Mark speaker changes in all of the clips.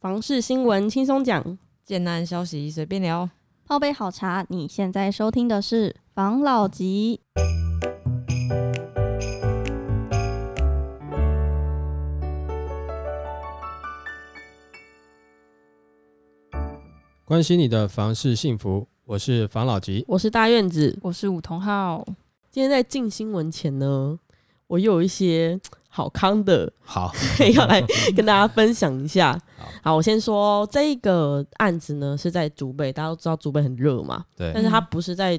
Speaker 1: 房事新闻轻松讲，
Speaker 2: 简单消息随便聊。
Speaker 3: 泡杯好茶，你现在收听的是防老集。
Speaker 4: 关心你的房事幸福，我是房老吉。
Speaker 1: 我是大院子。
Speaker 2: 我是武同浩，
Speaker 1: 今天在进新闻前呢，我又有一些好康的
Speaker 4: 好，
Speaker 1: 要来跟大家分享一下
Speaker 4: 好。
Speaker 1: 好，我先说这个案子呢是在竹北，大家都知道竹北很热嘛，但
Speaker 4: 对，
Speaker 1: 是它不是在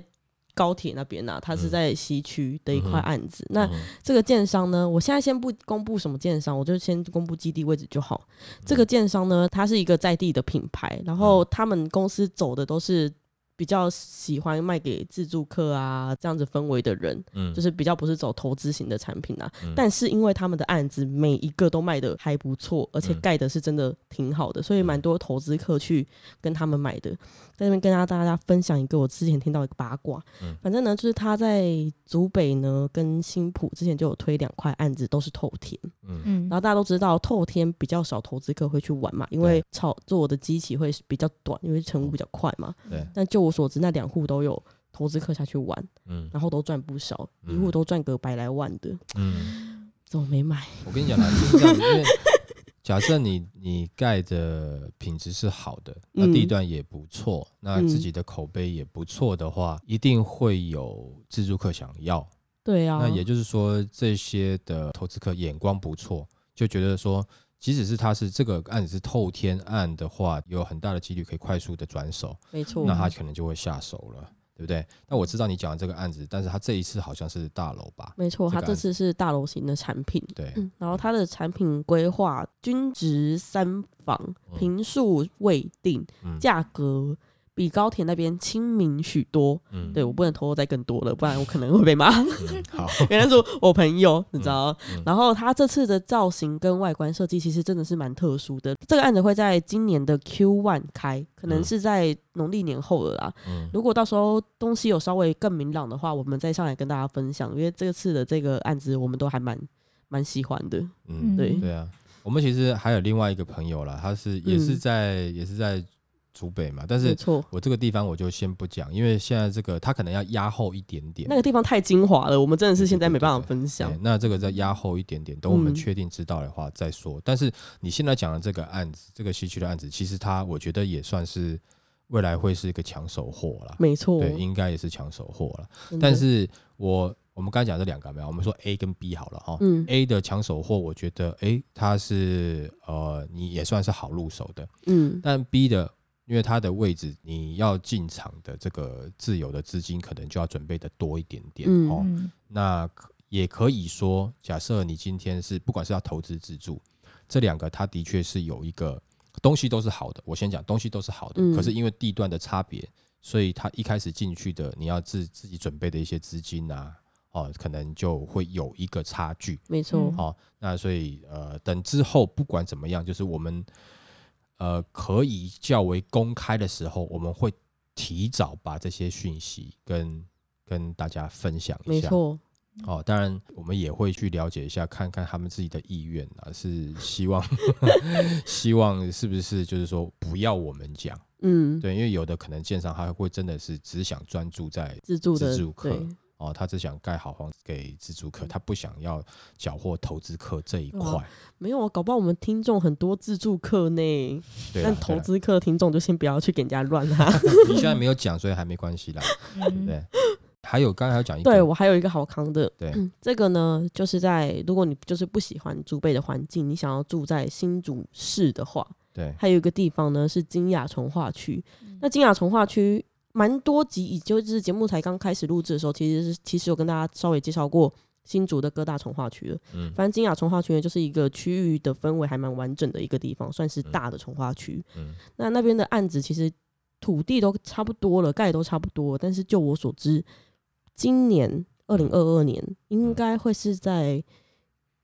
Speaker 1: 高铁那边啊，它是
Speaker 4: 嗯
Speaker 1: 在西区的一块
Speaker 4: 嗯哼
Speaker 1: 案子。那
Speaker 4: 嗯
Speaker 1: 这个建商呢，我现在先不公布什么建商，我就先公布基地位置就好。这个建商呢，它是一个在地的品牌，然后他们公司走的都是比较喜欢卖给自助客啊这样子氛围的人，
Speaker 4: 嗯
Speaker 1: 就是比较不是走投资型的产品啊。
Speaker 4: 嗯
Speaker 1: 但是因为他们的案子每一个都卖的还不错，而
Speaker 4: 嗯
Speaker 1: 且盖的是真的挺好的，所以蛮多投资客去跟他们买的。在这边跟大家大家分享一个我之前听到一个八卦，
Speaker 4: 嗯
Speaker 1: 反正呢就是他在竹北呢跟新浦之前就有推两块案子都是透天，
Speaker 4: 嗯
Speaker 2: 嗯
Speaker 1: 然后大家都知道透天比较少投资客会去玩嘛，因为炒作的机器会比较短，因为成屋比较快嘛。
Speaker 4: 对，
Speaker 1: 但就我所知，那两户都有投资客下去玩，
Speaker 4: 嗯
Speaker 1: 然后都赚不少，一
Speaker 4: 嗯
Speaker 1: 户都赚个百来万的，
Speaker 4: 嗯，
Speaker 1: 怎么没买？
Speaker 4: 我跟你讲啦，就是这样子，因为 假设你你盖的品质是好的，那
Speaker 1: 嗯
Speaker 4: 地段也不错，那
Speaker 1: 嗯
Speaker 4: 自己的口碑也不错的话，一定会有自助客想要。
Speaker 1: 对啊，
Speaker 4: 那也就是说，这些的投资客眼光不错，就觉得说，即使是他是这个案子是透天案的话，有很大的几率可以快速的转手。
Speaker 1: 没错，
Speaker 4: 那他可能就会下手了，对不对？那我知道你讲的这个案子，但是他这一次好像是大楼吧？
Speaker 1: 没错，
Speaker 4: 这
Speaker 1: 他
Speaker 4: 个
Speaker 1: 这
Speaker 4: 案
Speaker 1: 次
Speaker 4: 子
Speaker 1: 是大楼型的产品，
Speaker 4: 对，
Speaker 1: 嗯，然后它的产品规划均值三房，
Speaker 4: 嗯
Speaker 1: 平数未定，
Speaker 4: 嗯
Speaker 1: 价格比高铁那边亲民许多。
Speaker 4: 嗯
Speaker 1: 对我不能透露再更多了，不然我可能会被骂。
Speaker 4: 嗯好，
Speaker 1: 原来是我朋友，你知道。
Speaker 4: 嗯
Speaker 1: 然后它这次的造型跟外观设计其实真的是蛮特殊的。这个案子会在今年的 Q one 开，可能
Speaker 4: 嗯
Speaker 1: 是在农历年后了啦。
Speaker 4: 嗯
Speaker 1: 如果到时候东西有稍微更明朗的话，我们再上来跟大家分享，因为这次的这个案子我们都还蛮蛮喜欢的。
Speaker 4: 嗯，
Speaker 1: 对
Speaker 4: 对啊，我们其实还有另外一个朋友啦，他是也是
Speaker 1: 嗯
Speaker 4: 在也是在竹北嘛，但
Speaker 1: 没
Speaker 4: 是
Speaker 1: 错，
Speaker 4: 我这个地方我就先不讲，因为现在这个他可能要压后一点点
Speaker 1: 那。个地方太精华了，我们真的是现在没办法分享
Speaker 4: 对，。那这个再压后一点点，等我们
Speaker 1: 嗯
Speaker 4: 确定知道的话再说。但是你现在讲的这个案子，这个西区的案子，其实它我觉得也算是未来会是一个抢手货啦。
Speaker 1: 没错，
Speaker 4: 对，应该也是抢手货了。
Speaker 1: 哦真的
Speaker 4: 但是我我们刚才讲这两个有没有，我们说 A 跟 B 好了哈。
Speaker 1: 嗯
Speaker 4: A 的抢手货，我觉得诶，它是呃，你也算是好入手的。
Speaker 1: 嗯，
Speaker 4: 但 B 的，因为它的位置，你要进场的这个自由的资金，可能就要准备的多一点点、
Speaker 1: 嗯
Speaker 4: 哦。
Speaker 2: 嗯
Speaker 4: 那可也可以说，假设你今天是不管是要投资自住，这两个它的确是有一个东西都是好的。我先讲东西都是好的，
Speaker 1: 嗯
Speaker 4: 可是因为地段的差别，所以它一开始进去的你要自自己准备的一些资金啊，哦，可能就会有一个差距。
Speaker 1: 没错
Speaker 2: 嗯，
Speaker 4: 好、那所以呃，等之后不管怎么样，就是我们呃可以较为公开的时候，我们会提早把这些讯息跟跟大家分享一
Speaker 1: 没
Speaker 4: 下。
Speaker 1: 错，
Speaker 4: 哦，当然我们也会去了解一下，看看他们自己的意愿啊，是希望 希望是不是就是说不要我们讲，
Speaker 1: 嗯，
Speaker 4: 对，因为有的可能建商他会真的是只想专注在
Speaker 1: 自助的
Speaker 4: 自助客
Speaker 1: 对，
Speaker 4: 哦，他只想盖好房子给自住
Speaker 1: 嗯
Speaker 4: 客，他不想要缴获投资客这一
Speaker 1: 哇
Speaker 4: 块。
Speaker 1: 没有，啊搞不好我们听众很多自助客呢，但
Speaker 4: 对啦，对啊
Speaker 1: 投
Speaker 4: 啦
Speaker 1: 资客听众就先不要去给人家乱哈。
Speaker 4: 你现在没有讲，所以还没关 系啦，对不
Speaker 2: 嗯
Speaker 4: 对？还有刚才要讲一个，
Speaker 1: 对我还嗯有一个好康的，
Speaker 4: 对
Speaker 1: 这个呢，就是在如果你就是不喜欢竹北的环境，你想要住在新竹市的话，
Speaker 4: 对
Speaker 1: 还有一个地方呢是金雅从化区。那金雅从化区蛮多集，以就是节目才刚开始录制的时候，其实是其实有跟大家稍微介绍过新竹的各大从化区了。
Speaker 4: 嗯
Speaker 1: 反正金雅从化区呢，就是一个区域的氛围还蛮完整的一个地方，算是大的从化区。
Speaker 4: 嗯
Speaker 1: 那那边的案子其实土地都差不多了，盖得都差不多了，但是就我所知，今年二零二二年应该会是在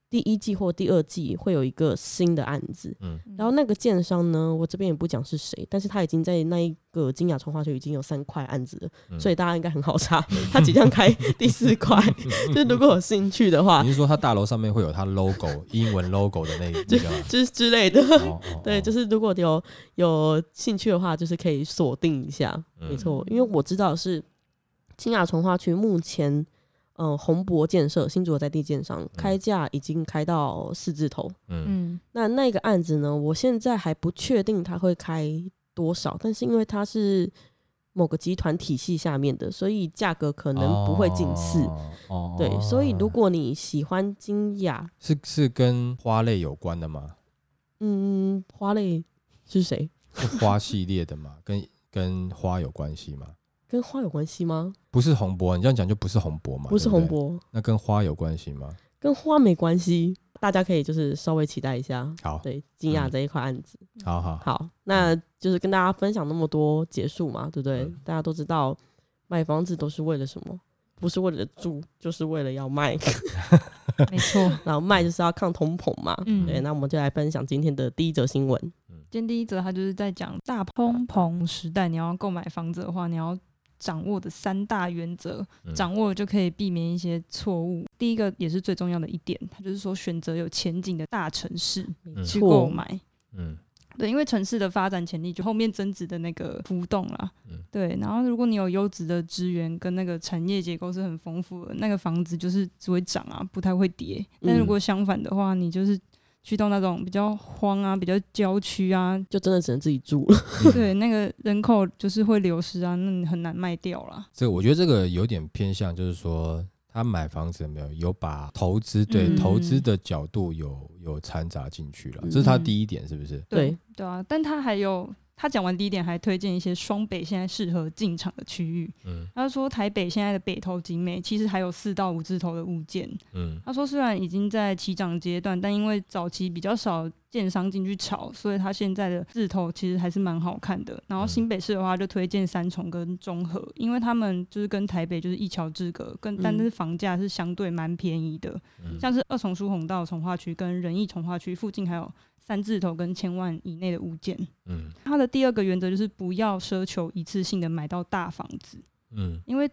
Speaker 1: 第一季或第二季会有一个新的案子，
Speaker 4: 嗯，
Speaker 1: 然后那个建商呢，我这边也不讲是谁，但是他已经在那一个金雅从化区已经有三块案子了，
Speaker 4: 嗯
Speaker 1: 所以大家应该很好查，他即将开第四 块， 就如果有兴趣的话
Speaker 4: 你，是说它大楼上面会有它 logo 英文 logo 的那 那个吗？
Speaker 1: 就是之类的。
Speaker 4: 哦哦
Speaker 1: 对，就是是如果有有兴趣的话，就是可以锁定一下，
Speaker 4: 嗯
Speaker 1: 没错。因为我知道的是金雅从化区目前，呃，宏博建设新竹的在地建商开价已经开到四字头。
Speaker 4: 嗯
Speaker 2: 嗯
Speaker 1: 那那个案子呢，我现在还不确定它会开多少，但是因为它是某个集团体系下面的，所以价格可能不会近似。
Speaker 4: 哦哦
Speaker 1: 对，所以如果你喜欢金雅，
Speaker 4: 是是跟花类有关的吗？
Speaker 1: 嗯，花类是谁？
Speaker 4: 是花系列的吗？ 跟跟花有关系吗？
Speaker 1: 跟花有关系吗？
Speaker 4: 不是红博，你这样讲就不是红博嘛？
Speaker 1: 不是
Speaker 4: 对对
Speaker 1: 红，博。
Speaker 4: 那跟花有关系吗？
Speaker 1: 跟花没关系，大家可以就是稍微期待一下。
Speaker 4: 好，
Speaker 1: 对，惊讶这一块案子，
Speaker 4: 好好好，
Speaker 1: 好，那就是跟大家分享那么多结束嘛，对不对？
Speaker 4: 嗯
Speaker 1: 大家都知道买房子都是为了什么？不是为了住，就是为了要 卖，
Speaker 2: 嗯没错。
Speaker 1: 然后卖就是要抗通膨嘛。
Speaker 2: 嗯
Speaker 1: 对，那我们就来分享今天的第一则新闻。
Speaker 2: 今天第一则，他就是在讲大通膨时代，你要购买房子的话，你要掌握的三大原则，
Speaker 4: 嗯
Speaker 2: 掌握了就可以避免一些错误。第一个也是最重要的一点，他就是说选择有前景的大城市
Speaker 1: 没
Speaker 2: 去购
Speaker 1: 错，
Speaker 2: 买。
Speaker 4: 嗯
Speaker 2: 对，因为城市的发展潜力就后面增值的那个浮动啦。
Speaker 4: 嗯
Speaker 2: 对，然后如果你有优质的资源跟那个产业结构是很丰富的，那个房子就是只会涨啊，不太会跌。但如果相反的话，你就是去到那种比较荒啊、比较郊区啊，
Speaker 1: 就真的只能自己住了。
Speaker 2: 对，那个人口就是会流失啊，那你很难卖掉啦。
Speaker 4: 这个我觉得这个有点偏向，就是说他买房子有没有有把投资对、
Speaker 2: 嗯
Speaker 4: 投资的角度有有掺杂进去
Speaker 1: 嗯
Speaker 4: 了，这是他第一点，是不是？
Speaker 1: 对
Speaker 2: 对啊，但他还有。他讲完第一点，还推荐一些双北现在适合进场的区域。
Speaker 4: 嗯
Speaker 2: 他说，台北现在的北投、景美其实还有四到五字头的物件，
Speaker 4: 嗯
Speaker 2: 他说，虽然已经在起涨阶段，但因为早期比较少建商进去炒，所以他现在的字头其实还是蛮好看的。然后
Speaker 4: 嗯
Speaker 2: 新北市的话，就推荐三重跟中和，因为他们就是跟台北就是一桥之隔，跟但
Speaker 1: 嗯
Speaker 2: 是房价是相对蛮便宜的。
Speaker 4: 嗯
Speaker 2: 像是二重疏洪道从化区跟仁义从化区附近，还有三字头跟千万以内的物件。
Speaker 4: 嗯
Speaker 2: 它的第二个原则就是不要奢求一次性的买到大房子，
Speaker 4: 嗯
Speaker 2: 因为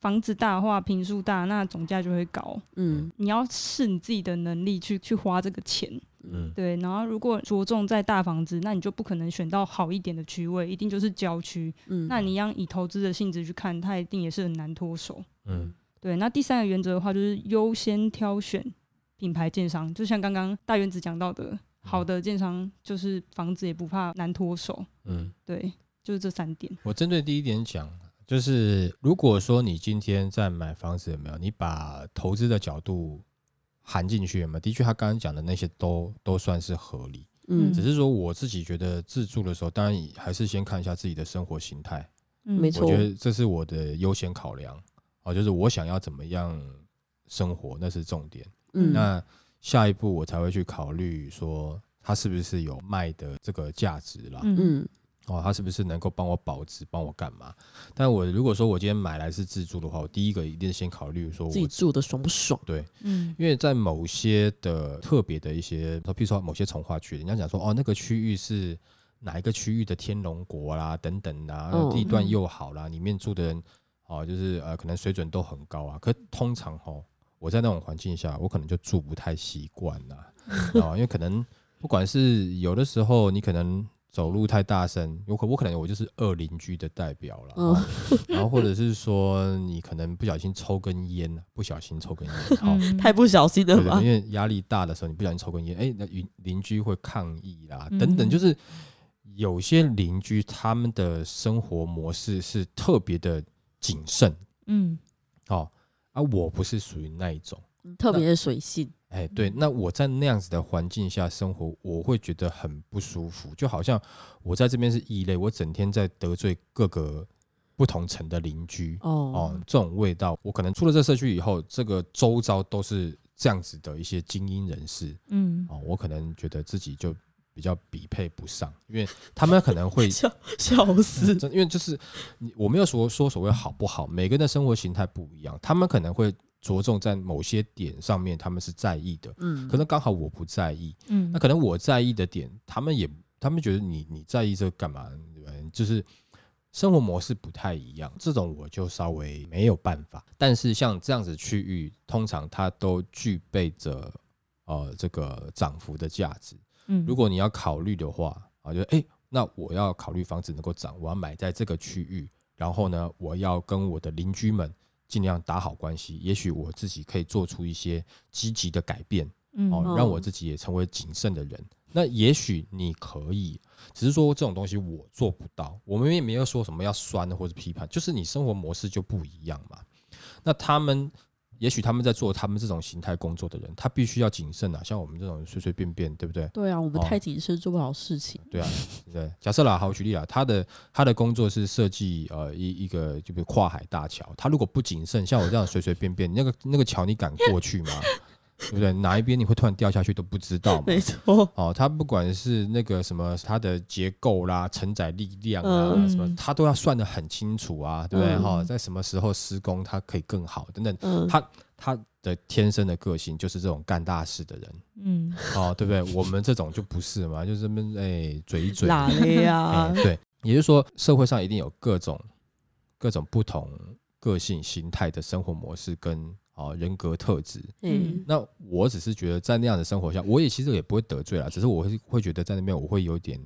Speaker 2: 房子大的话，平数大，那总价就会高。
Speaker 1: 嗯
Speaker 2: 你要是你自己的能力去去花这个钱，
Speaker 4: 嗯
Speaker 2: 对。然后如果着重在大房子，那你就不可能选到好一点的区位，一定就是郊区。
Speaker 1: 嗯，
Speaker 2: 那你一样以投资的性质去看，它一定也是很难脱手。
Speaker 4: 嗯
Speaker 2: 对，那第三个原则的话，就是优先挑选品牌建商，就像刚刚大原子讲到的，好的建商就是房子也不怕难脱手。
Speaker 4: 嗯，
Speaker 2: 对，就是这三点。
Speaker 4: 我针对第一点讲。就是如果说你今天在买房子有没有，你把投资的角度含进去有没有？的确，他刚刚讲的那些都都算是合理。
Speaker 1: 嗯
Speaker 4: 只是说我自己觉得自住的时候，当然还是先看一下自己的生活形态，
Speaker 2: 嗯
Speaker 1: 没错
Speaker 4: 我觉得这是我的优先考量哦，就是我想要怎么样生活，那是重点。
Speaker 1: 嗯
Speaker 4: 那下一步我才会去考虑说，它是不是有卖的这个价值啦，
Speaker 2: 嗯
Speaker 1: 嗯
Speaker 4: 哦，它是不是能够帮我保值，帮我干嘛？但我如果说我今天买来是自住的话，我第一个一定先考虑说
Speaker 1: 嗯自己
Speaker 4: 我。
Speaker 1: 住的爽不爽？
Speaker 4: 对，
Speaker 2: 嗯
Speaker 4: 因为在某些的特别的一些，呃譬如说某些从化区，人家讲说哦，那个区域是哪一个区域的天龙国啦，等等啦，
Speaker 1: 嗯
Speaker 4: 地段又好啦，里面住的人哦，就是呃，可能水准都很高啊。可通常哦，我在那种环境下，我可能就住不太习惯啦，
Speaker 1: 嗯
Speaker 4: 啊，因为可能不管是有的时候，你可能。走路太大声，有可我可能我就是恶邻居的代表了、
Speaker 1: 嗯
Speaker 4: 哦然后或者是说你可能不小心抽根烟，啊不小心抽 根烟，好、
Speaker 2: 嗯
Speaker 1: 太不小心 了
Speaker 4: 对对
Speaker 1: 吧
Speaker 4: 对，？因为压力大的时候，你不小心抽根烟，哎、那邻邻居会抗议啦，
Speaker 2: 嗯
Speaker 4: 等等，就是有些邻居他们的生活模式是特别的谨慎
Speaker 2: 嗯
Speaker 4: 哦，啊，我不是属于那一种，
Speaker 1: 特别是水性，
Speaker 4: 哎、
Speaker 2: 嗯
Speaker 4: 对，那我在那样子的环境下生活，我会觉得很不舒服，就好像我在这边是异类，我整天在得罪各个不同层的邻居，
Speaker 1: 哦
Speaker 4: 哦，这种味道，我可能出了这社区以后，这个周遭都是这样子的一些精英人士
Speaker 2: 嗯，
Speaker 4: 哦，我可能觉得自己就比较匹配不上，因为他们可能 会，
Speaker 1: 笑笑死，
Speaker 4: 真因为就是你我没有说说所谓好不好，每个人的生活形态不一样，他们可能会着重在某些点上面，他们是在意的。
Speaker 5: 嗯，
Speaker 4: 可能刚好我不在意，
Speaker 2: 嗯
Speaker 4: 那可能我在意的点，他们也他们觉得你你在意这个干嘛？对吧？就是生活模式不太一样，这种我就稍微没有办法。但是像这样子区域，通常它都具备着呃这个涨幅的价值。
Speaker 2: 嗯
Speaker 4: 如果你要考虑的话啊，就是哎、诶那我要考虑房子能够涨，我要买在这个区域，然后呢，我要跟我的邻居们尽量打好关系，也许我自己可以做出一些积极的改变。
Speaker 2: 嗯
Speaker 4: 哦，
Speaker 5: 嗯
Speaker 4: 让我自己也成为谨慎的人。那也许你可以，只是说这种东西我做不到。我们也没有说什么要酸或者批判，就是你生活模式就不一样嘛。那他们也许他们在做他们这种形态工作的人，他必须要谨慎啊。像我们这种随随便便，对不对？
Speaker 5: 对啊，我们
Speaker 4: 哦
Speaker 5: 太谨慎做不好事情。
Speaker 4: 对啊，对。假设啦，好，我举例啊，他的他的工作是设计呃一一个就比如跨海大桥，他如果不谨慎，像我这样随随便便，那个那个桥你敢过去吗？ 对不对？哪一边你会突然掉下去都不知道嘛？
Speaker 1: 没错，
Speaker 4: 哦，它不管是那个什么它的结构啦、承载力量啊，
Speaker 2: 嗯
Speaker 4: 什么它都要算得很清楚啊，对不对？
Speaker 5: 嗯
Speaker 4: 哈、在什么时候施工它可以更好等等。
Speaker 1: 嗯，
Speaker 4: 他他的天生的个性就是这种干大事的人，
Speaker 2: 嗯
Speaker 4: 哦，对不对？我们这种就不是嘛，就是这么哎嘴一嘴，
Speaker 1: 哪里
Speaker 4: 哎
Speaker 1: 呀？
Speaker 4: 对，也就是说社会上一定有各种各种不同个性形态的生活模式跟。哦，人格特质，
Speaker 1: 嗯，
Speaker 4: 那我只是觉得在那样的生活下，我也其实也不会得罪啦，只是我会会觉得在那边我会有点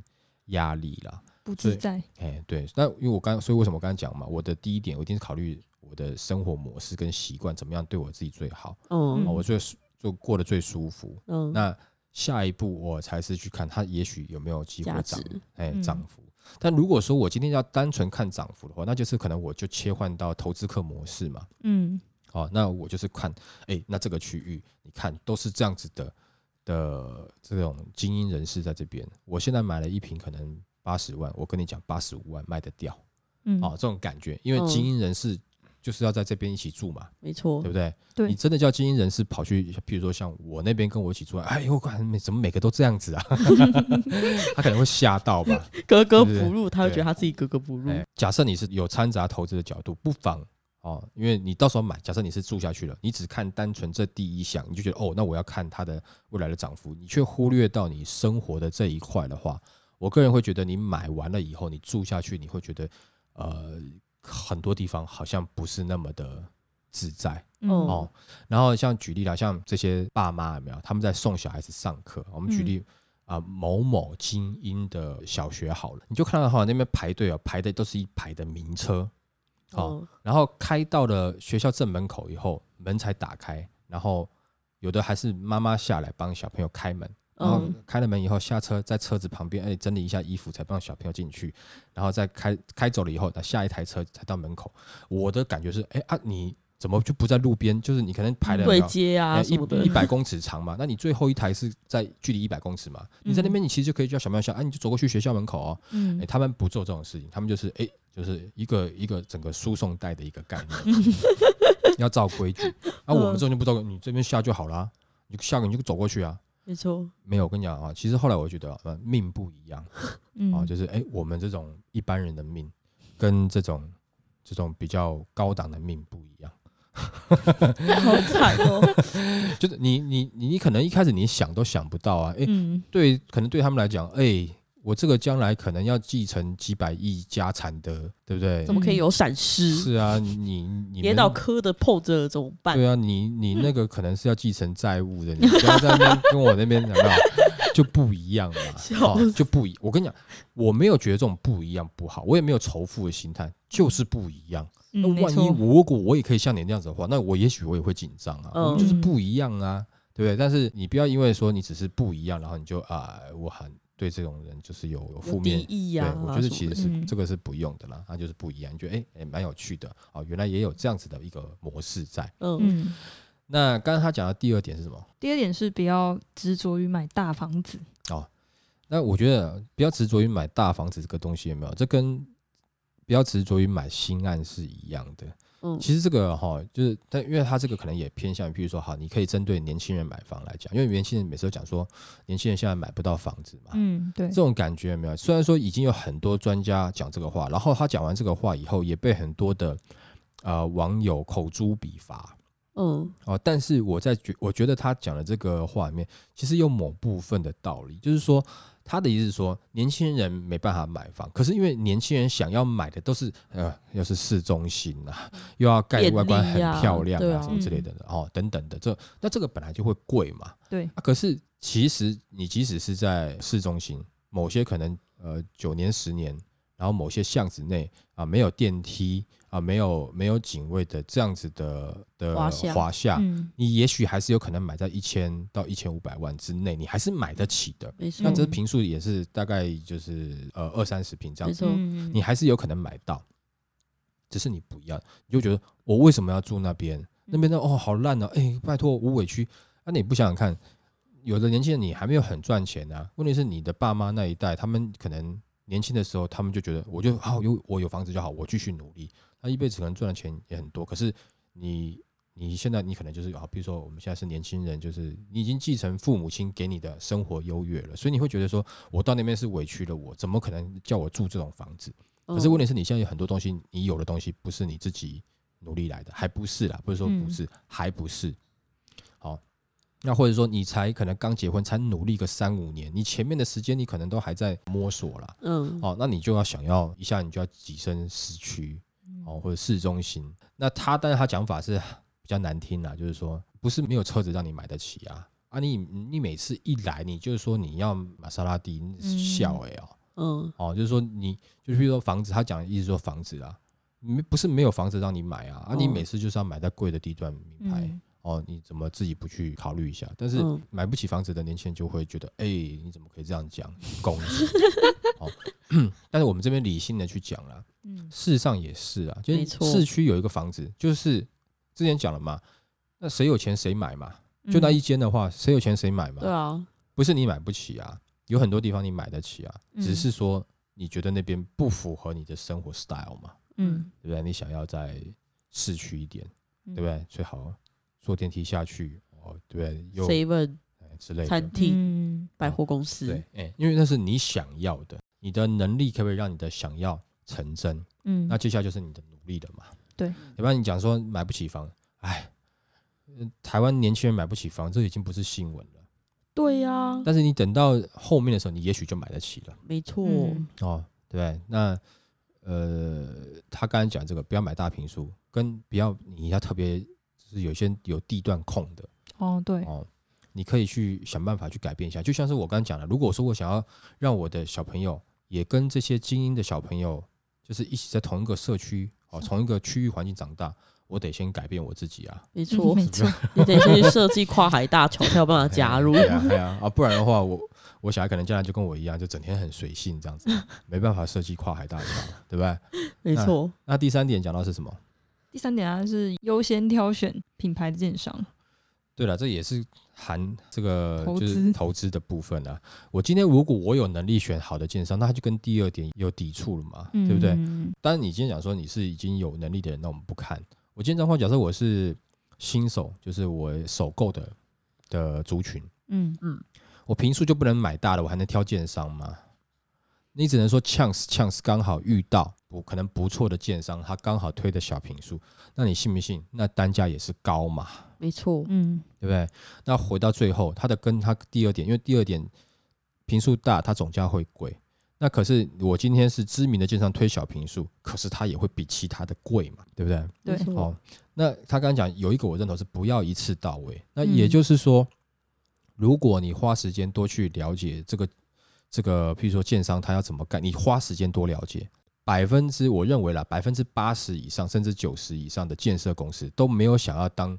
Speaker 4: 压力啦。
Speaker 2: 不自在，
Speaker 4: 哎、对，那因为我刚，所以为什么我刚才讲嘛，我的第一点我一定是考虑我的生活模式跟习惯怎么样对我自己最好，
Speaker 5: 嗯
Speaker 4: 哦我最舒就过得最舒服。
Speaker 5: 嗯，
Speaker 4: 那下一步我才是去看它，也许有没有机
Speaker 1: 价
Speaker 4: 会涨
Speaker 1: 值，
Speaker 4: 哎、
Speaker 2: 嗯
Speaker 4: 涨幅。但如果说我今天要单纯看涨幅的话，那就是可能我就切换到投资客模式嘛，
Speaker 2: 嗯
Speaker 4: 哦，那我就是看，哎、那这个区域，你看都是这样子的的这种精英人士在这边。我现在买了一瓶，可能八十万，我跟你讲八十五万卖得掉，
Speaker 2: 嗯，
Speaker 4: 哦，这种感觉，因为
Speaker 1: 嗯
Speaker 4: 精英人士就是要在这边一起住嘛，
Speaker 1: 没错
Speaker 4: 对，不对？
Speaker 2: 对
Speaker 4: 你真的叫精英人士跑去，譬如说像我那边跟我一起住，哎呦，我看每怎么每个都这样 子啊， 他可能会吓到吧。
Speaker 1: 格格
Speaker 4: 对
Speaker 1: 不入，他会
Speaker 4: 对
Speaker 1: 觉得他自己格格不入。
Speaker 4: 哎假设你是有掺杂投资的角度，不妨哦，因为你到时候买，假设你是住下去了，你只看单纯这第一项，你就觉得哦，那我要看它的未来的涨幅，你却忽略到你生活的这一块的话，我个人会觉得你买完了以后，你住下去，你会觉得呃很多地方好像不是那么的自在。
Speaker 2: 嗯
Speaker 4: 哦，然后像举例啦，像这些爸妈有没有？他们在送小孩子上课，我们举例啊、某某精英的小学好了，你就看到哈那边排队哦，排的都是一排的名车，哦，
Speaker 1: 哦，
Speaker 4: 然后开到了学校正门口以后，门才打开，然后有的还是妈妈下来帮小朋友开门，然后
Speaker 1: 嗯
Speaker 4: 开了门以后下车，在车子旁边哎整理一下衣服，才让小朋友进去，然后再开开走了以后，那下一台车才到门口。我的感觉是，哎啊，你怎么就不在路边？就是你可能排了有没
Speaker 1: 对
Speaker 4: 有
Speaker 1: 接啊
Speaker 4: 哎
Speaker 1: 什么的
Speaker 4: 一一，百公尺长嘛，那你最后一台是在距离一百公尺嘛？你在那
Speaker 1: 嗯
Speaker 4: 边，你其实就可以叫小朋友下，哎、你就走过去学校门口哦。
Speaker 2: 嗯
Speaker 4: 哎、他们不做这种事情，他们就是哎、就是一个一个整个输送带的一个概念， 要照规矩。那、我们
Speaker 1: 嗯
Speaker 4: 这种就不照规矩，你这边下就好啦，你就下个你就走过去啊。
Speaker 1: 没错，
Speaker 4: 没有，我跟你讲啊，其实后来我觉得、呃、命不一样
Speaker 2: 嗯
Speaker 4: 啊，就是哎、我们这种一般人的命跟这种这种比较高档的命不一样。
Speaker 1: 好惨 哦。
Speaker 4: 就是你你你你可能一开始你想都想不到啊，哎、
Speaker 2: 嗯
Speaker 4: 对，可能对他们来讲，哎、我这个将来可能要继承几百亿家产的，对不对
Speaker 1: 怎？么可以有闪失？
Speaker 4: 是啊，你你
Speaker 1: 跌
Speaker 4: 们
Speaker 1: 倒磕的碰着了怎么办？嗯
Speaker 4: 对啊，你你那个可能是要继承债务的，你不要在那边跟我那边有没有就不一样嘛，
Speaker 1: 笑
Speaker 4: 哦就不一。我跟你讲，我没有觉得这种不一样不好，我也没有仇富的心态，就是不一样。那
Speaker 2: 嗯，没
Speaker 4: 万一
Speaker 2: 错，
Speaker 4: 我如果我也可以像你那样子的话，那我也许我也会紧张啊，我们就是
Speaker 2: 嗯
Speaker 4: 不一样啊，对不对？但是你不要因为说你只是不一样，然后你就啊、我很对这种人就是有有
Speaker 1: 有
Speaker 4: 负
Speaker 1: 敌
Speaker 4: 面。
Speaker 1: 意啊
Speaker 4: 对
Speaker 1: 呀，，
Speaker 4: 我觉得其实是、
Speaker 2: 嗯
Speaker 4: 这个是不用的啦，它就是不一样。你觉得哎哎蛮有趣的哦，原来也有这样子的一个模式在。
Speaker 1: 嗯，
Speaker 2: 嗯。
Speaker 4: 那刚刚他讲的第二点是什么？
Speaker 2: 第二点是不要执着于买大房子，
Speaker 4: 那我觉得不要执着于买大房子这个东西，有没有？这跟不要执着于买新案是一样的。
Speaker 5: 嗯
Speaker 4: 其实这个哈，就是但因为它这个可能也偏向于，譬如说，好，你可以针对年轻人买房来讲，因为年轻人每次都讲说，年轻人现在买不到房子嘛，
Speaker 2: 嗯，对
Speaker 4: 这，种感觉有没有？虽然说已经有很多专家讲这个话，然后他讲完这个话以后，也被很多的呃网友口诛笔伐，
Speaker 5: 嗯
Speaker 4: 哦，但是我在觉，我觉得他讲的这个话里面，其实有某部分的道理，就是说他的意思是说，年轻人没办法买房，可是因为年轻人想要买的都是呃，又是市中心啊，又要盖得外观很
Speaker 1: 便利啊
Speaker 4: 漂亮
Speaker 1: 对
Speaker 4: 啊，
Speaker 1: 啊
Speaker 4: 什么之类的、哦，等等的，这那这个本来就会贵嘛，
Speaker 2: 对
Speaker 4: 啊可是其实你即使是在市中心，某些可能呃九年十年，然后某些巷子内啊没有电梯啊没有没有警卫的这样子的的
Speaker 1: 华夏
Speaker 4: 华夏
Speaker 2: 嗯，
Speaker 4: 你也许还是有可能买在一千到一千五百万之内，你还是买得起的。
Speaker 5: 没
Speaker 4: 那
Speaker 5: 错
Speaker 2: 嗯，
Speaker 4: 这平数也是大概就是呃二三十平这样
Speaker 1: 没
Speaker 4: 子，
Speaker 1: 错，
Speaker 2: 嗯
Speaker 4: 你还是有可能买到，只是你不要，你就觉得我为什么要住那边？那边的哦好烂哦，哎、拜托我委屈。那、你不想想看，有的年轻人你还没有很赚钱啊，问题是你的爸妈那一代，他们可能年轻的时候，他们就觉得我就好、有我有房子就好，我继续努力。他一辈子可能赚的钱也很多，可是你你现在你可能就是啊，比如说我们现在是年轻人，就是你已经继承父母亲给你的生活优越了，所以你会觉得说，我到那边是委屈了我，怎么可能叫我住这种房子？
Speaker 1: 嗯
Speaker 4: 可是问题是你现在有很多东西，你有的东西不是你自己努力来的，还不是啦，不是说不是，还不是。好，那或者说你才可能刚结婚，才努力个三五年，你前面的时间你可能都还在摸索啦。
Speaker 5: 嗯
Speaker 4: 哦，那你就要想要一下，你就要跻身市区哦，或者市中心。那他，但是他讲法是比较难听啦，就是说不是没有车子让你买得起啊啊你！你每次一来，你就是说你要玛莎拉蒂，你
Speaker 2: 嗯
Speaker 4: 笑哎哦、
Speaker 5: 嗯
Speaker 4: 哦，就是说你就是比如说房子，他讲的意思说房子啊，没不是没有房子让你买啊啊！你
Speaker 5: 哦
Speaker 4: 每次就是要买在贵的地段名牌。
Speaker 2: 嗯
Speaker 4: 哦，你怎么自己不去考虑一下？但是
Speaker 5: 嗯
Speaker 4: 买不起房子的年轻人就会觉得，哎、你怎么可以这样讲攻击？哦，但是我们这边理性的去讲啦，
Speaker 2: 嗯
Speaker 4: 事实上也是啊，就
Speaker 1: 没
Speaker 4: 是
Speaker 1: 错
Speaker 4: 市区有一个房子，就是之前讲了嘛，那谁有钱谁买嘛，
Speaker 2: 嗯
Speaker 4: 就那一间的话，谁有钱谁买嘛
Speaker 5: 对，啊，
Speaker 4: 不是你买不起啊，有很多地方你买得起啊，
Speaker 2: 嗯
Speaker 4: 只是说你觉得那边不符合你的生活 style 嘛，
Speaker 2: 嗯，
Speaker 4: 对不对？你想要在市区一点，
Speaker 2: 嗯
Speaker 4: 对不对？最好坐电梯下去，哦，对不对？又
Speaker 1: seven
Speaker 4: 哎之类的
Speaker 1: 餐，厅、
Speaker 2: 嗯
Speaker 5: 百货公司，
Speaker 4: 对，哎、因为那是你想要的，你的能力可不可以让你的想要成真？
Speaker 2: 嗯，
Speaker 4: 那接下来就是你的努力了嘛。
Speaker 2: 对，
Speaker 4: 要不然你讲说买不起房，哎，呃台湾年轻人买不起房，这已经不是新闻了。
Speaker 1: 对呀、啊，
Speaker 4: 但是你等到后面的时候，你也许就买得起了
Speaker 1: 没错，
Speaker 2: 嗯
Speaker 4: 哦，对不对？那呃，他刚才讲这个，不要买大平数，跟不要你要特别就是有些有地段控的，
Speaker 2: 哦对，
Speaker 4: 哦，你可以去想办法去改变一下。就像是我刚刚讲的，如果说我想要让我的小朋友也跟这些精英的小朋友，就是一起在同一个社区哦，从一个区域环境长大，我得先改变我自己啊。
Speaker 1: 没
Speaker 2: 嗯
Speaker 1: 错，
Speaker 2: 没错，
Speaker 1: 你得先去设计跨海大桥才有办法加入。
Speaker 4: 对啊，对啊，啊，不然的话，我我小孩可能将来就跟我一样，就整天很随性这样子，没办法设计跨海大桥，对不对？
Speaker 1: 没错，
Speaker 4: 那第三点讲到是什么？
Speaker 2: 第三点啊是优先挑选品牌的建商，
Speaker 4: 对了，这也是含这个
Speaker 2: 投
Speaker 4: 就
Speaker 2: 资
Speaker 4: 是投资的部分啊。我今天如果我有能力选好的建商，那他就跟第二点有抵触了嘛，对不对？
Speaker 2: 嗯？
Speaker 4: 当然，你今天讲说你是已经有能力的人，那我们不看。我今天的话，假设我是新手，就是我首购的的族群，
Speaker 2: 嗯
Speaker 4: 我平数就不能买大的，我还能挑建商吗？你只能说 chance chance 刚好遇到不可能不错的建商，他刚好推的小平数，那你信不信？那单价也是高嘛，
Speaker 1: 没错，
Speaker 2: 嗯
Speaker 4: 对不对？那回到最后，它的跟它第二点，因为第二点平数大，它总价会贵。那可是我今天是知名的建商推小平数，可是它也会比其他的贵嘛，对不对？
Speaker 2: 对
Speaker 1: 没错
Speaker 4: 好，那他刚刚讲有一个我认同是不要一次到位。那
Speaker 2: 嗯
Speaker 4: 也就是说，如果你花时间多去了解这个这个，譬如说建商他要怎么干，你花时间多了解，百分之我认为啦，百分之八十以上甚至九十以上的建设公司都没有想要当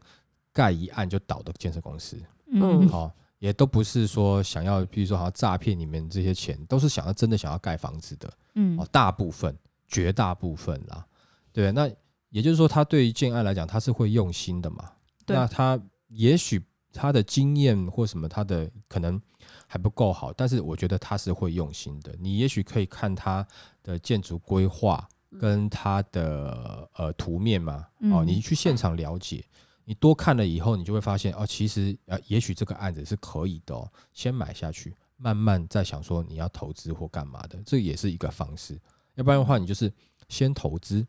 Speaker 4: 盖一案就倒的建设公司，
Speaker 2: 嗯
Speaker 4: 哦，也都不是说想要，譬如说好像诈骗你们这些钱，都是想要真的想要盖房子的。哦
Speaker 2: 嗯，
Speaker 4: 大部分、绝大部分啦，对，那也就是说，他对于建案来讲，他是会用心的嘛。
Speaker 2: 对
Speaker 4: 那他也许他的经验或什么，他的可能还不够好，但是我觉得他是会用心的。你也许可以看他的建筑规划跟他的呃图面嘛，哦，
Speaker 2: 嗯
Speaker 4: 你去现场了解。你多看了以后，你就会发现哦，其实呃，也许这个案子是可以的哦，先买下去，慢慢再想说你要投资或干嘛的，这也是一个方式。要不然的话，你就是先投资，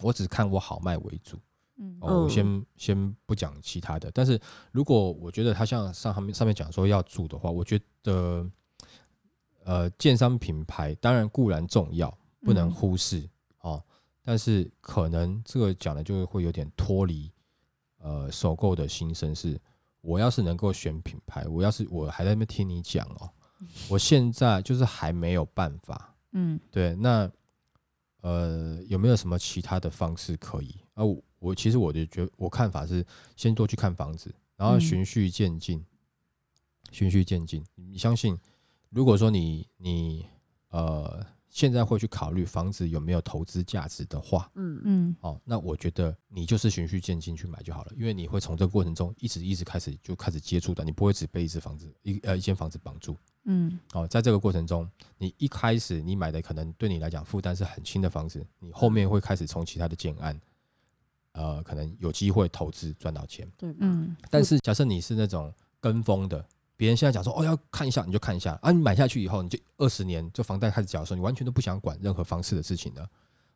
Speaker 4: 我只看我好卖为主，
Speaker 2: 嗯
Speaker 4: 哦，我
Speaker 1: 嗯
Speaker 4: 先先不讲其他的，但是如果我觉得他像上面上面讲说要住的话，我觉得呃，建商品牌当然固然重要，不能
Speaker 2: 嗯
Speaker 4: 忽视、哦，但是可能这个讲的就会有点脱离呃首购的心声是，我要是能够选品牌，我要是我还在那边听你讲哦，我现在就是还没有办法，
Speaker 2: 嗯
Speaker 4: 对，那呃，有没有什么其他的方式可以？啊，我我其实我就觉我看法是，先多去看房子，然后
Speaker 2: 嗯
Speaker 4: 循序渐进，循序渐进。你相信，如果说你你呃现在会去考虑房子有没有投资价值的话，
Speaker 1: 嗯
Speaker 2: 嗯
Speaker 4: 哦，那我觉得你就是循序渐进去买就好了，因为你会从这个过程中一直一直开始就开始接触的，你不会只被一只房子一呃一间房子绑住。
Speaker 2: 嗯
Speaker 4: 哦，在这个过程中，你一开始你买的可能对你来讲负担是很轻的房子，你后面会开始从其他的建案，呃，可能有机会投资赚到钱。
Speaker 1: 对吧，
Speaker 2: 嗯
Speaker 4: 但是假设你是那种跟风的，别人现在讲说哦要看一下你就看一下啊，你买下去以后你就二十年就房贷开始缴的时候，你完全都不想管任何方式的事情了。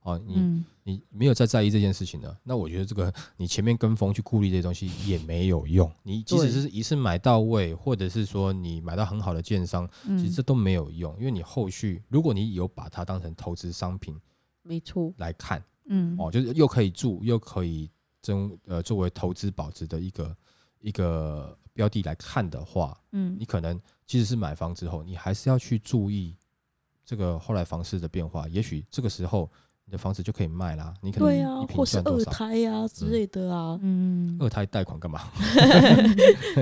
Speaker 4: 哦，你、
Speaker 2: 嗯
Speaker 4: 你没有再在意这件事情了，那我觉得这个你前面跟风去顾虑这些东西也没有用。你即使
Speaker 1: 对
Speaker 4: 是一次买到位，或者是说你买到很好的建商。
Speaker 2: 嗯，
Speaker 4: 其实这都没有用，因为你后续如果你有把它当成投资商品
Speaker 1: 没错，
Speaker 4: 来看
Speaker 2: 嗯
Speaker 4: 哦，就是又可以住又可以增呃作为投资保值的一个一个标的来看的话，
Speaker 2: 嗯
Speaker 4: 你可能即使是买房之后，你还是要去注意这个后来房市的变化，也许这个时候你的房子就可以卖啦，你可
Speaker 1: 对啊
Speaker 4: 嗯能一，平
Speaker 1: 或是
Speaker 4: 赚多
Speaker 1: 二
Speaker 4: 少？
Speaker 1: 胎啊之类的啊，
Speaker 2: 嗯
Speaker 4: 二胎贷款干嘛？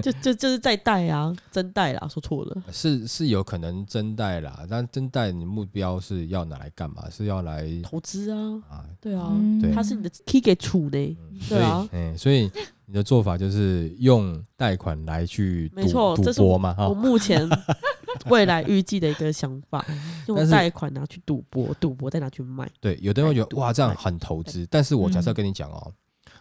Speaker 1: 就就就是在贷啊，真贷啦，说错
Speaker 4: 嗯
Speaker 1: 了，
Speaker 4: 是是有可能增贷啦，但增贷你目标是要拿来干嘛？是要来
Speaker 1: 投资啊，
Speaker 4: 啊
Speaker 1: 对啊，
Speaker 2: 嗯
Speaker 4: 对
Speaker 1: 它是你的 key 给储的欸，
Speaker 4: 所
Speaker 1: 对
Speaker 4: 以，
Speaker 1: 啊
Speaker 4: 嗯、所以你的做法就是用贷款来去
Speaker 1: 没错
Speaker 4: 赌赌
Speaker 1: 这是
Speaker 4: 博嘛，哈、
Speaker 1: 我目 前未来预计的一个想法，
Speaker 4: 但
Speaker 1: 用
Speaker 4: 是
Speaker 1: 贷款拿去赌博，赌博再拿去卖，
Speaker 4: 对，有的人会觉
Speaker 1: 哎
Speaker 4: 得
Speaker 1: 赌
Speaker 4: 哇，这样
Speaker 1: 哎
Speaker 4: 很投资，但是我假设
Speaker 2: 嗯
Speaker 4: 跟你讲哦，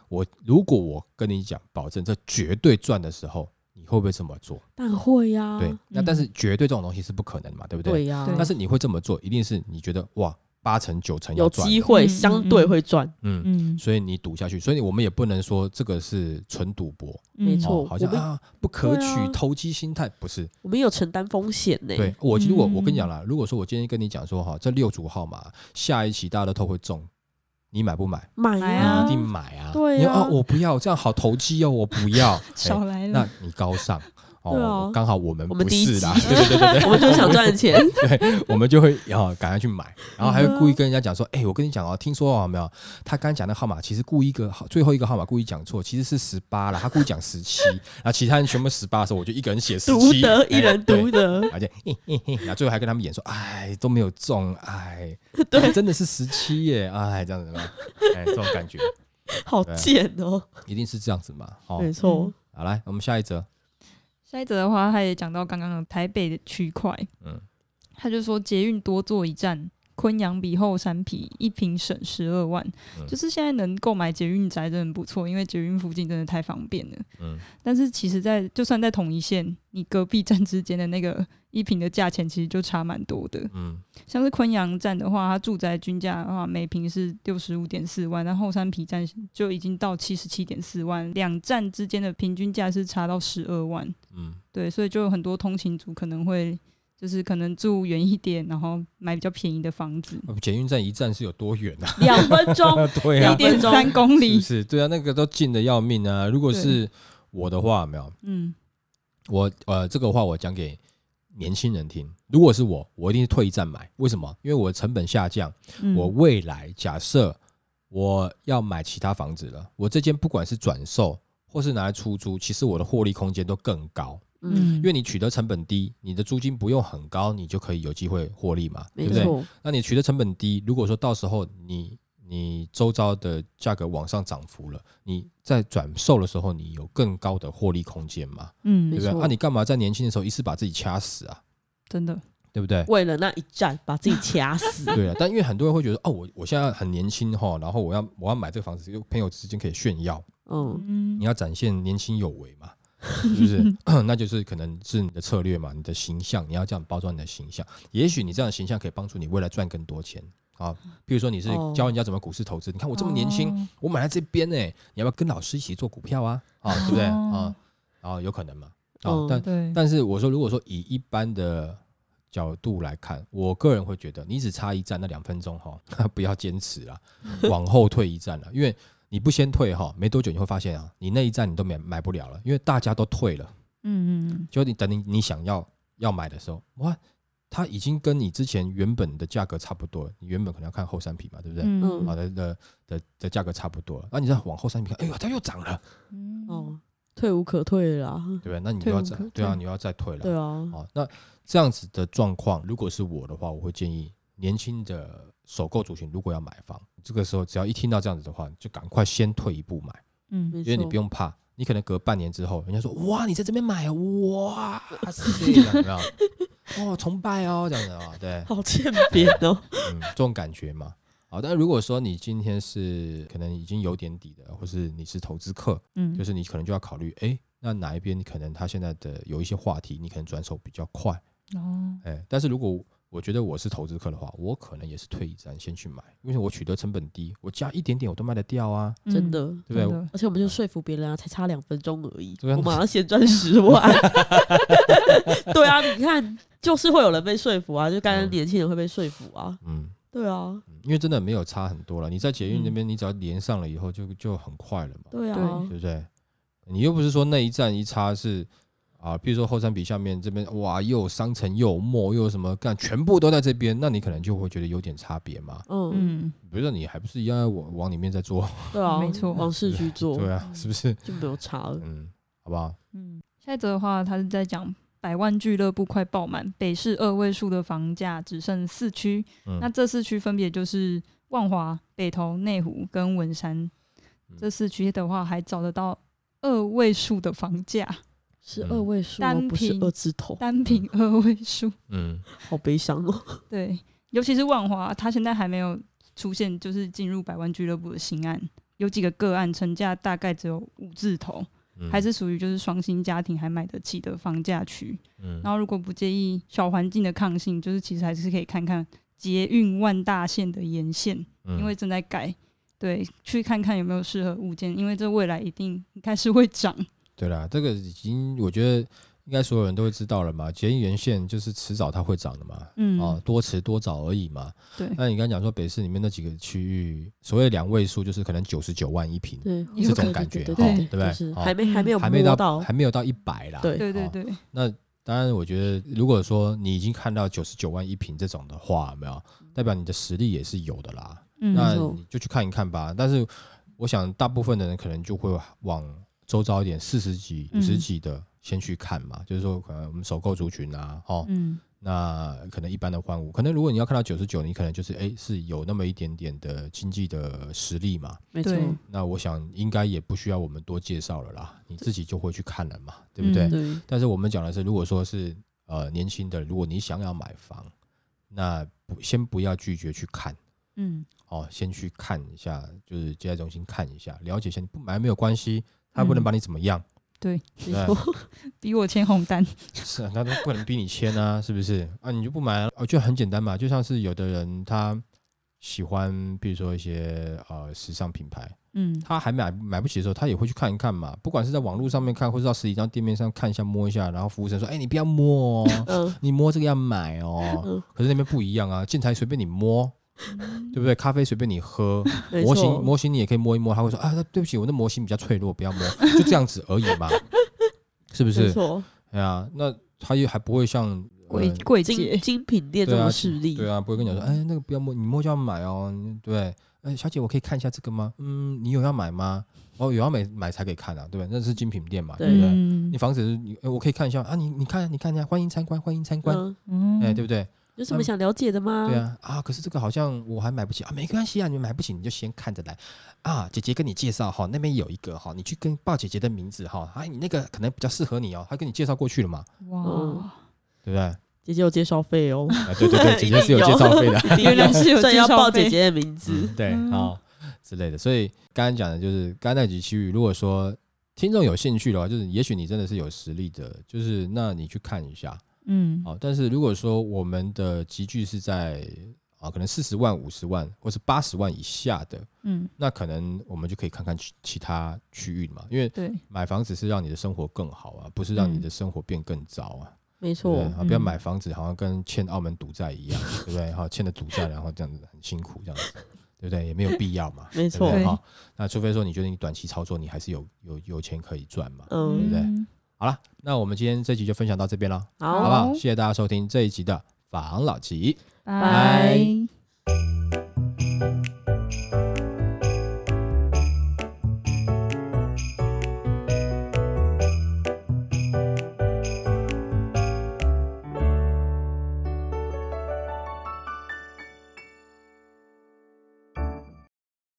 Speaker 4: 我如果我跟你讲，保证这绝对赚的时候，你会不会这么做？
Speaker 1: 但会啊呀，
Speaker 4: 对，那但
Speaker 2: 嗯
Speaker 4: 是绝对这种东西是不可能的嘛，对不对？
Speaker 1: 对啊呀，
Speaker 2: 对
Speaker 4: 但是你会这么做，一定是你觉得哇，八成九成要
Speaker 1: 有
Speaker 4: 赚，
Speaker 1: 机会
Speaker 2: 嗯
Speaker 1: 相对
Speaker 2: 嗯
Speaker 1: 会赚，
Speaker 4: 嗯，
Speaker 2: 嗯
Speaker 4: 所以你赌下去，所以我们也不能说这个是纯赌博，
Speaker 1: 没
Speaker 2: 嗯
Speaker 1: 错
Speaker 4: 哦，好像
Speaker 1: 我们
Speaker 4: 啊不可
Speaker 1: 对
Speaker 4: 取、
Speaker 1: 啊
Speaker 4: 投机心态，不是。
Speaker 1: 我们也有承担风险呢，
Speaker 4: 对我，如果我跟你讲
Speaker 2: 嗯
Speaker 4: 啦，如果说我今天跟你讲说哈，这六组号码下一期大家都透会中，你买不买？
Speaker 1: 买
Speaker 2: 买
Speaker 1: 呀
Speaker 4: 你一
Speaker 2: 啊
Speaker 4: 定买啊！
Speaker 1: 对
Speaker 4: 你说
Speaker 1: 啊
Speaker 4: 我不要，这样好投机哦，我不 要。
Speaker 2: 少
Speaker 4: 哎
Speaker 2: 来
Speaker 4: 那
Speaker 2: 了，
Speaker 4: 你高尚
Speaker 1: 对
Speaker 4: 哦
Speaker 1: 啊，
Speaker 4: 刚好我们
Speaker 1: 我们
Speaker 4: 不
Speaker 1: 第一
Speaker 4: 是啦，
Speaker 1: 集
Speaker 4: 对对对 对
Speaker 1: 我们就想赚 钱，
Speaker 4: 对，我们就会啊赶快去买，然后还
Speaker 1: 对
Speaker 4: 会
Speaker 1: 啊
Speaker 4: 故意跟人家讲说，哎，我跟你讲哦，听说哦有没有？他刚讲的号码其实故意一个最后一个号码故意讲错，其实是十八啦，他故意讲十七，然后其他人全部十八的时候，我就一个人写十
Speaker 1: 独
Speaker 4: 七，哎
Speaker 1: 得一人
Speaker 4: 对
Speaker 1: 独得，
Speaker 4: 而且嘿嘿嘿，然后最后还跟他们演说，哎，都没有中， 哎，对，真的是十七耶，哎，这样子嘛，哎，这种感觉
Speaker 1: 好
Speaker 4: 对啊
Speaker 1: 贱哦，
Speaker 4: 一定是这样子嘛，哦
Speaker 1: 没，错
Speaker 2: 嗯，
Speaker 4: 好，来，我们下一则，
Speaker 2: 下一则的话，他也讲到刚刚的台北的区块，
Speaker 4: 嗯
Speaker 2: 他就说捷运多坐一站，昆阳比后山皮一平省十二万，
Speaker 4: 嗯
Speaker 2: 就是现在能购买捷运宅真的很不错，因为捷运附近真的太方便了。
Speaker 4: 嗯，
Speaker 2: 但是其实在就算在同一线，你隔壁站之间的那个一平的价钱其实就差蛮多的。
Speaker 4: 嗯
Speaker 2: 像是昆阳站的话，它住宅均价的话，每平是六十五点四万，但后山皮站就已经到七十七点四万，两站之间的平均价是差到十二万。
Speaker 4: 嗯
Speaker 2: 对，所以就有很多通勤族可能会就是可能住远一点，然后买比较便宜的房子，
Speaker 4: 嗯，捷运站一站是有多远 啊？
Speaker 1: 两分钟
Speaker 4: 对
Speaker 1: 两
Speaker 2: 一
Speaker 1: 分
Speaker 4: 啊，
Speaker 2: 点
Speaker 1: 钟
Speaker 2: 三公
Speaker 4: 是
Speaker 2: 里
Speaker 4: 不。是？对啊，那个都近的要命啊！如果是我的话，有没有，
Speaker 2: 嗯
Speaker 4: 我呃，这个话我讲给年轻人听，如果是我，我一定是退一站买，为什么？因为我的成本下降。
Speaker 2: 嗯，
Speaker 4: 我未来假设我要买其他房子了，我这间不管是转售或是拿来出租，其实我的获利空间都更高，
Speaker 1: 嗯，
Speaker 4: 因为你取得成本低，你的租金不用很高，你就可以有机会获利嘛，对
Speaker 1: 没
Speaker 4: 不对？
Speaker 1: 错，
Speaker 4: 那你取得成本低，如果说到时候你你周遭的价格往上涨幅了，你在转售的时候，你有更高的获利空间嘛，
Speaker 2: 嗯
Speaker 1: 没
Speaker 4: 对不
Speaker 1: 错
Speaker 4: 对？那、你干嘛在年轻的时候一次把自己掐死啊？
Speaker 2: 真的
Speaker 4: 对不对？
Speaker 1: 为了那一战把自己掐死，
Speaker 4: 对啊，但因为很多人会觉得，哦，我我现在很年轻哈，然后我要我要买这个房子，就朋友之间可以炫耀，
Speaker 1: 嗯，
Speaker 2: 嗯
Speaker 4: 你要展现年轻有为嘛，是不是？ 那就是可能是你的策略嘛，你的形象，你要这样包装你的形象。也许你这样的形象可以帮助你未来赚更多钱，啊。譬如说你是
Speaker 1: 哦
Speaker 4: 教人家怎么股市投资，你看我这么年轻，
Speaker 2: 哦
Speaker 4: 我买在这边呢、你要不要跟老师一起做股票啊？啊，对不对啊
Speaker 2: 哦？
Speaker 4: 然后有可能嘛？啊，
Speaker 1: 嗯
Speaker 4: 但
Speaker 2: 对，
Speaker 4: 但是我说，如果说以一般的角度来看，我个人会觉得，你只差一站那两分钟哈， 不要坚持啦，往后退一站了，因为你不先退哈，没多久你会发现啊，你那一站你都买买不了了，因为大家都退了，
Speaker 2: 嗯嗯
Speaker 4: 就你等你你想要要买的时候，哇，它已经跟你之前原本的价格差不多了，你原本可能要看后三匹嘛，对不对？
Speaker 2: 嗯
Speaker 1: 嗯
Speaker 4: 好的的的的价格差不多了，那你再往后三匹看，哎呦，它又涨了，
Speaker 2: 嗯
Speaker 1: 哦，退无可退了啦，
Speaker 4: 对不对？那你
Speaker 2: 退
Speaker 4: 又要
Speaker 2: 无
Speaker 4: 再
Speaker 2: 可
Speaker 4: 对啊，
Speaker 2: 退
Speaker 4: 你又要再退了，
Speaker 1: 对啊，
Speaker 4: 好，那这样子的状况，如果是我的话，我会建议年轻的首购族群，如果要买房，这个时候只要一听到这样子的话，就赶快先退一步买，
Speaker 2: 嗯，
Speaker 1: 没
Speaker 4: 因为你
Speaker 1: 错
Speaker 4: 不用怕，你可能隔半年之后，人家说哇，你在这边买，哦哇塞，这样有没有？哦，崇拜哦，这样子啊，对，
Speaker 1: 好欠扁 哦，
Speaker 4: 嗯，这种感觉嘛。好，但啊如果说你今天是可能已经有点底的，或是你是投 资客，
Speaker 2: 嗯，
Speaker 4: 就是你可能就要考虑，诶，那哪一边可能他现在的有一些话题，你可能转手比较快。
Speaker 2: 哦，
Speaker 4: 哎，但是如果我觉得我是投资客的话，我可能也是退一站先去买，因为我取得成本低，我加一点点我都卖得掉啊，
Speaker 1: 真
Speaker 2: 嗯
Speaker 1: 的。
Speaker 4: 对不对？
Speaker 2: 真的
Speaker 1: 而且我们就说服别人啊，才差两分钟而已，
Speaker 4: 对啊
Speaker 1: 我马上先赚十 万。对啊，你看，就是会有人被说服啊，就刚刚
Speaker 4: 嗯
Speaker 1: 年轻人会被说服啊。
Speaker 4: 嗯，
Speaker 1: 对啊，
Speaker 4: 嗯因为真的没有差很多了。你在捷运那边，你只要连上了以后就，就很快了嘛，
Speaker 1: 对啊，
Speaker 2: 嗯对
Speaker 4: 对不对？你又不是说那一站一插是啊，比如说后山比下面这边，哇，又有商城，又有墨，又有什么干，全部都在这边，那你可能就会觉得有点差别嘛。
Speaker 1: 嗯，
Speaker 2: 嗯，
Speaker 4: 比如说你还不是一样要往往里面在做，
Speaker 1: 对啊，
Speaker 2: 没错
Speaker 1: 往市区做，
Speaker 4: 对啊，是不是？
Speaker 1: 就没有差了。
Speaker 4: 嗯，好不好？
Speaker 2: 嗯，下一则的话，他是在讲百万俱乐部快爆满，北市二位数的房价只剩四区，
Speaker 4: 嗯
Speaker 2: 那这四区分别就是万华、北投、内湖跟文山
Speaker 4: 嗯
Speaker 2: 这四区的话，还找得到二位数的房价，
Speaker 1: 是
Speaker 4: 嗯
Speaker 1: 二位数哦，
Speaker 2: 单
Speaker 1: 不是
Speaker 2: 品
Speaker 1: 二字头，
Speaker 2: 单品二位数。
Speaker 4: 嗯
Speaker 1: 好悲伤哦。
Speaker 2: 对，尤其是万华，它现在还没有出现就是进入百万俱乐部的新案，有几个个案成价大概只有五字头，
Speaker 4: 嗯，
Speaker 2: 还是属于就是双薪家庭还买得起的房价区。
Speaker 4: 嗯
Speaker 2: 然后如果不介意小环境的抗性，就是其实还是可以看看捷运万大线的沿线，
Speaker 4: 嗯
Speaker 2: 因为正在改。对，去看看有没有适合物件，因为这未来一定应该是会涨。
Speaker 4: 对啦，这个已经我觉得应该所有人都会知道了嘛，捷运沿线就是迟早它会涨的嘛，
Speaker 2: 嗯，
Speaker 4: 啊，多迟多早而已嘛。
Speaker 2: 对
Speaker 4: 那你刚刚讲说北市里面那几个区域，所谓两位数就是可能九十九万一平，
Speaker 1: 对，
Speaker 2: 这种
Speaker 4: 感觉
Speaker 1: 对
Speaker 4: 哈
Speaker 1: 对
Speaker 4: 对不对
Speaker 1: 就是
Speaker 4: 好
Speaker 1: 还没还没有
Speaker 4: 还没
Speaker 1: 摸
Speaker 4: 到还没有到一百啦。
Speaker 1: 对
Speaker 2: 对对
Speaker 4: 哦
Speaker 2: 对，
Speaker 4: 那当然，我觉得如果说你已经看到九十九万一平这种的话，有没有
Speaker 1: 嗯
Speaker 4: 代表你的实力也是有的啦。
Speaker 2: 嗯
Speaker 4: 那
Speaker 1: 没错
Speaker 4: 你就去看一看吧。但是我想，大部分的人可能就会往周遭一点四十几、五
Speaker 2: 嗯
Speaker 4: 十几的先去看嘛，就是说可能我们首购族群啊，哦，
Speaker 2: 嗯
Speaker 4: 那可能一般的换屋，可能如果你要看到九十九，你可能就是诶是有那么一点点的经济的实力嘛。
Speaker 1: 没错，
Speaker 2: 对
Speaker 4: 那我想应该也不需要我们多介绍了啦，你自己就会去看了嘛，对不对？
Speaker 2: 嗯
Speaker 1: 对，
Speaker 4: 但是我们讲的是，如果说是呃年轻的，如果你想要买房，那不先不要拒绝去看。
Speaker 2: 嗯
Speaker 4: 哦，先去看一下，就是接待中心看一下，了解一下。你不买没有关系，他不
Speaker 2: 嗯
Speaker 4: 能把你怎么样，
Speaker 1: 没错，
Speaker 2: 嗯，比我签红单。
Speaker 4: 是啊，他都不能逼你签啊，是不是？啊，你就不买啊，哦，就很简单嘛。就像是有的人他喜欢，比如说一些呃时尚品牌，
Speaker 2: 嗯，
Speaker 4: 他还买买不起的时候，他也会去看一看嘛。不管是在网络上面看，或是到实体张店面上看一下摸一下，然后服务生说：“哎、你不要 摸哦，
Speaker 1: 嗯，
Speaker 4: 你摸这个要买哦。
Speaker 1: 嗯
Speaker 4: 可是那边不一样啊，建材随便你摸，对不对？咖啡随便你喝，
Speaker 1: 没
Speaker 4: 模型
Speaker 1: 错，
Speaker 4: 模型你也可以摸一摸，他会说啊，那对不起，我那模型比较脆弱，不要摸， 就这样子而已嘛， 是不
Speaker 1: 没
Speaker 4: 是？
Speaker 1: 错，
Speaker 4: 哎呀，那他又还不会像
Speaker 2: 柜
Speaker 4: 呃
Speaker 2: 柜
Speaker 1: 精
Speaker 2: 姐，
Speaker 1: 精品店这
Speaker 4: 对啊
Speaker 1: 么势力，
Speaker 4: 对啊，不会跟你讲说，哎，那个不要摸，你摸就要买哦，你对，哎，小姐，我可以看一下这个吗？嗯，你有要买吗？哦，有要买买才可以看啊，对不对？那是精品店嘛，
Speaker 1: 对
Speaker 4: 对不对？
Speaker 2: 嗯
Speaker 4: 你房子是你，哎我可以看一下啊，你你看你看一下，欢迎参观，欢迎参观，
Speaker 1: 嗯，
Speaker 2: 嗯
Speaker 4: 哎，对不对？
Speaker 1: 有什么想了解的吗？
Speaker 4: 对，啊，啊，可是这个好像我还买不起啊，没关系啊，你们买不起你就先看着来啊。姐姐跟你介绍哈，那边有一个哈，你去跟报姐姐的名字哈，哎，你那个可能比较适合你哦，她跟你介绍过去了嘛，
Speaker 1: 嗯
Speaker 4: 哦
Speaker 2: 哇，
Speaker 4: 对不对？
Speaker 1: 姐姐有介绍费 哦，
Speaker 4: 啊，对对对，姐
Speaker 1: 一
Speaker 4: 姐
Speaker 1: 定
Speaker 4: 是有
Speaker 1: 有
Speaker 4: 介绍费的，
Speaker 2: 原来是有
Speaker 1: 所以
Speaker 2: 介
Speaker 1: 要
Speaker 2: 绍
Speaker 1: 报
Speaker 2: 费
Speaker 1: 姐姐的名字，
Speaker 4: 对啊、
Speaker 2: 嗯
Speaker 4: 好之类的。所以刚刚讲的就是刚刚那几区域，如果说听众有兴趣的话，就是也许你真的是有实力的，就是那你去看一下。
Speaker 2: 嗯
Speaker 4: 好，但是如果说我们的集聚是在啊、啊，可能四十万、五十万或是八十万以下的，
Speaker 2: 嗯，
Speaker 4: 那可能我们就可以看看其其他区域嘛，因为
Speaker 2: 对，
Speaker 4: 买房只是让你的生活更好啊，不是让你
Speaker 2: 嗯
Speaker 4: 的生活变更糟啊。
Speaker 1: 没
Speaker 4: 对不
Speaker 1: 错
Speaker 4: 对，啊，不要
Speaker 2: 嗯
Speaker 4: 买房子，好像跟欠澳门赌债一样，对不对？好，欠了赌债，然后这样子很辛苦，这样子，对不对？也没有必要嘛，
Speaker 1: 没
Speaker 4: 对不
Speaker 1: 错
Speaker 4: 对
Speaker 2: 对
Speaker 4: 哈。那除非说你觉得你短期操作，你还是有有有钱可以赚嘛。
Speaker 1: 嗯，
Speaker 4: 对
Speaker 2: 嗯
Speaker 4: 好了，那我们今天这集就分享到这边了，好不
Speaker 1: 好
Speaker 2: 吧。
Speaker 4: 好？谢谢大家收听这一集的房老吉。
Speaker 1: 拜
Speaker 2: 拜。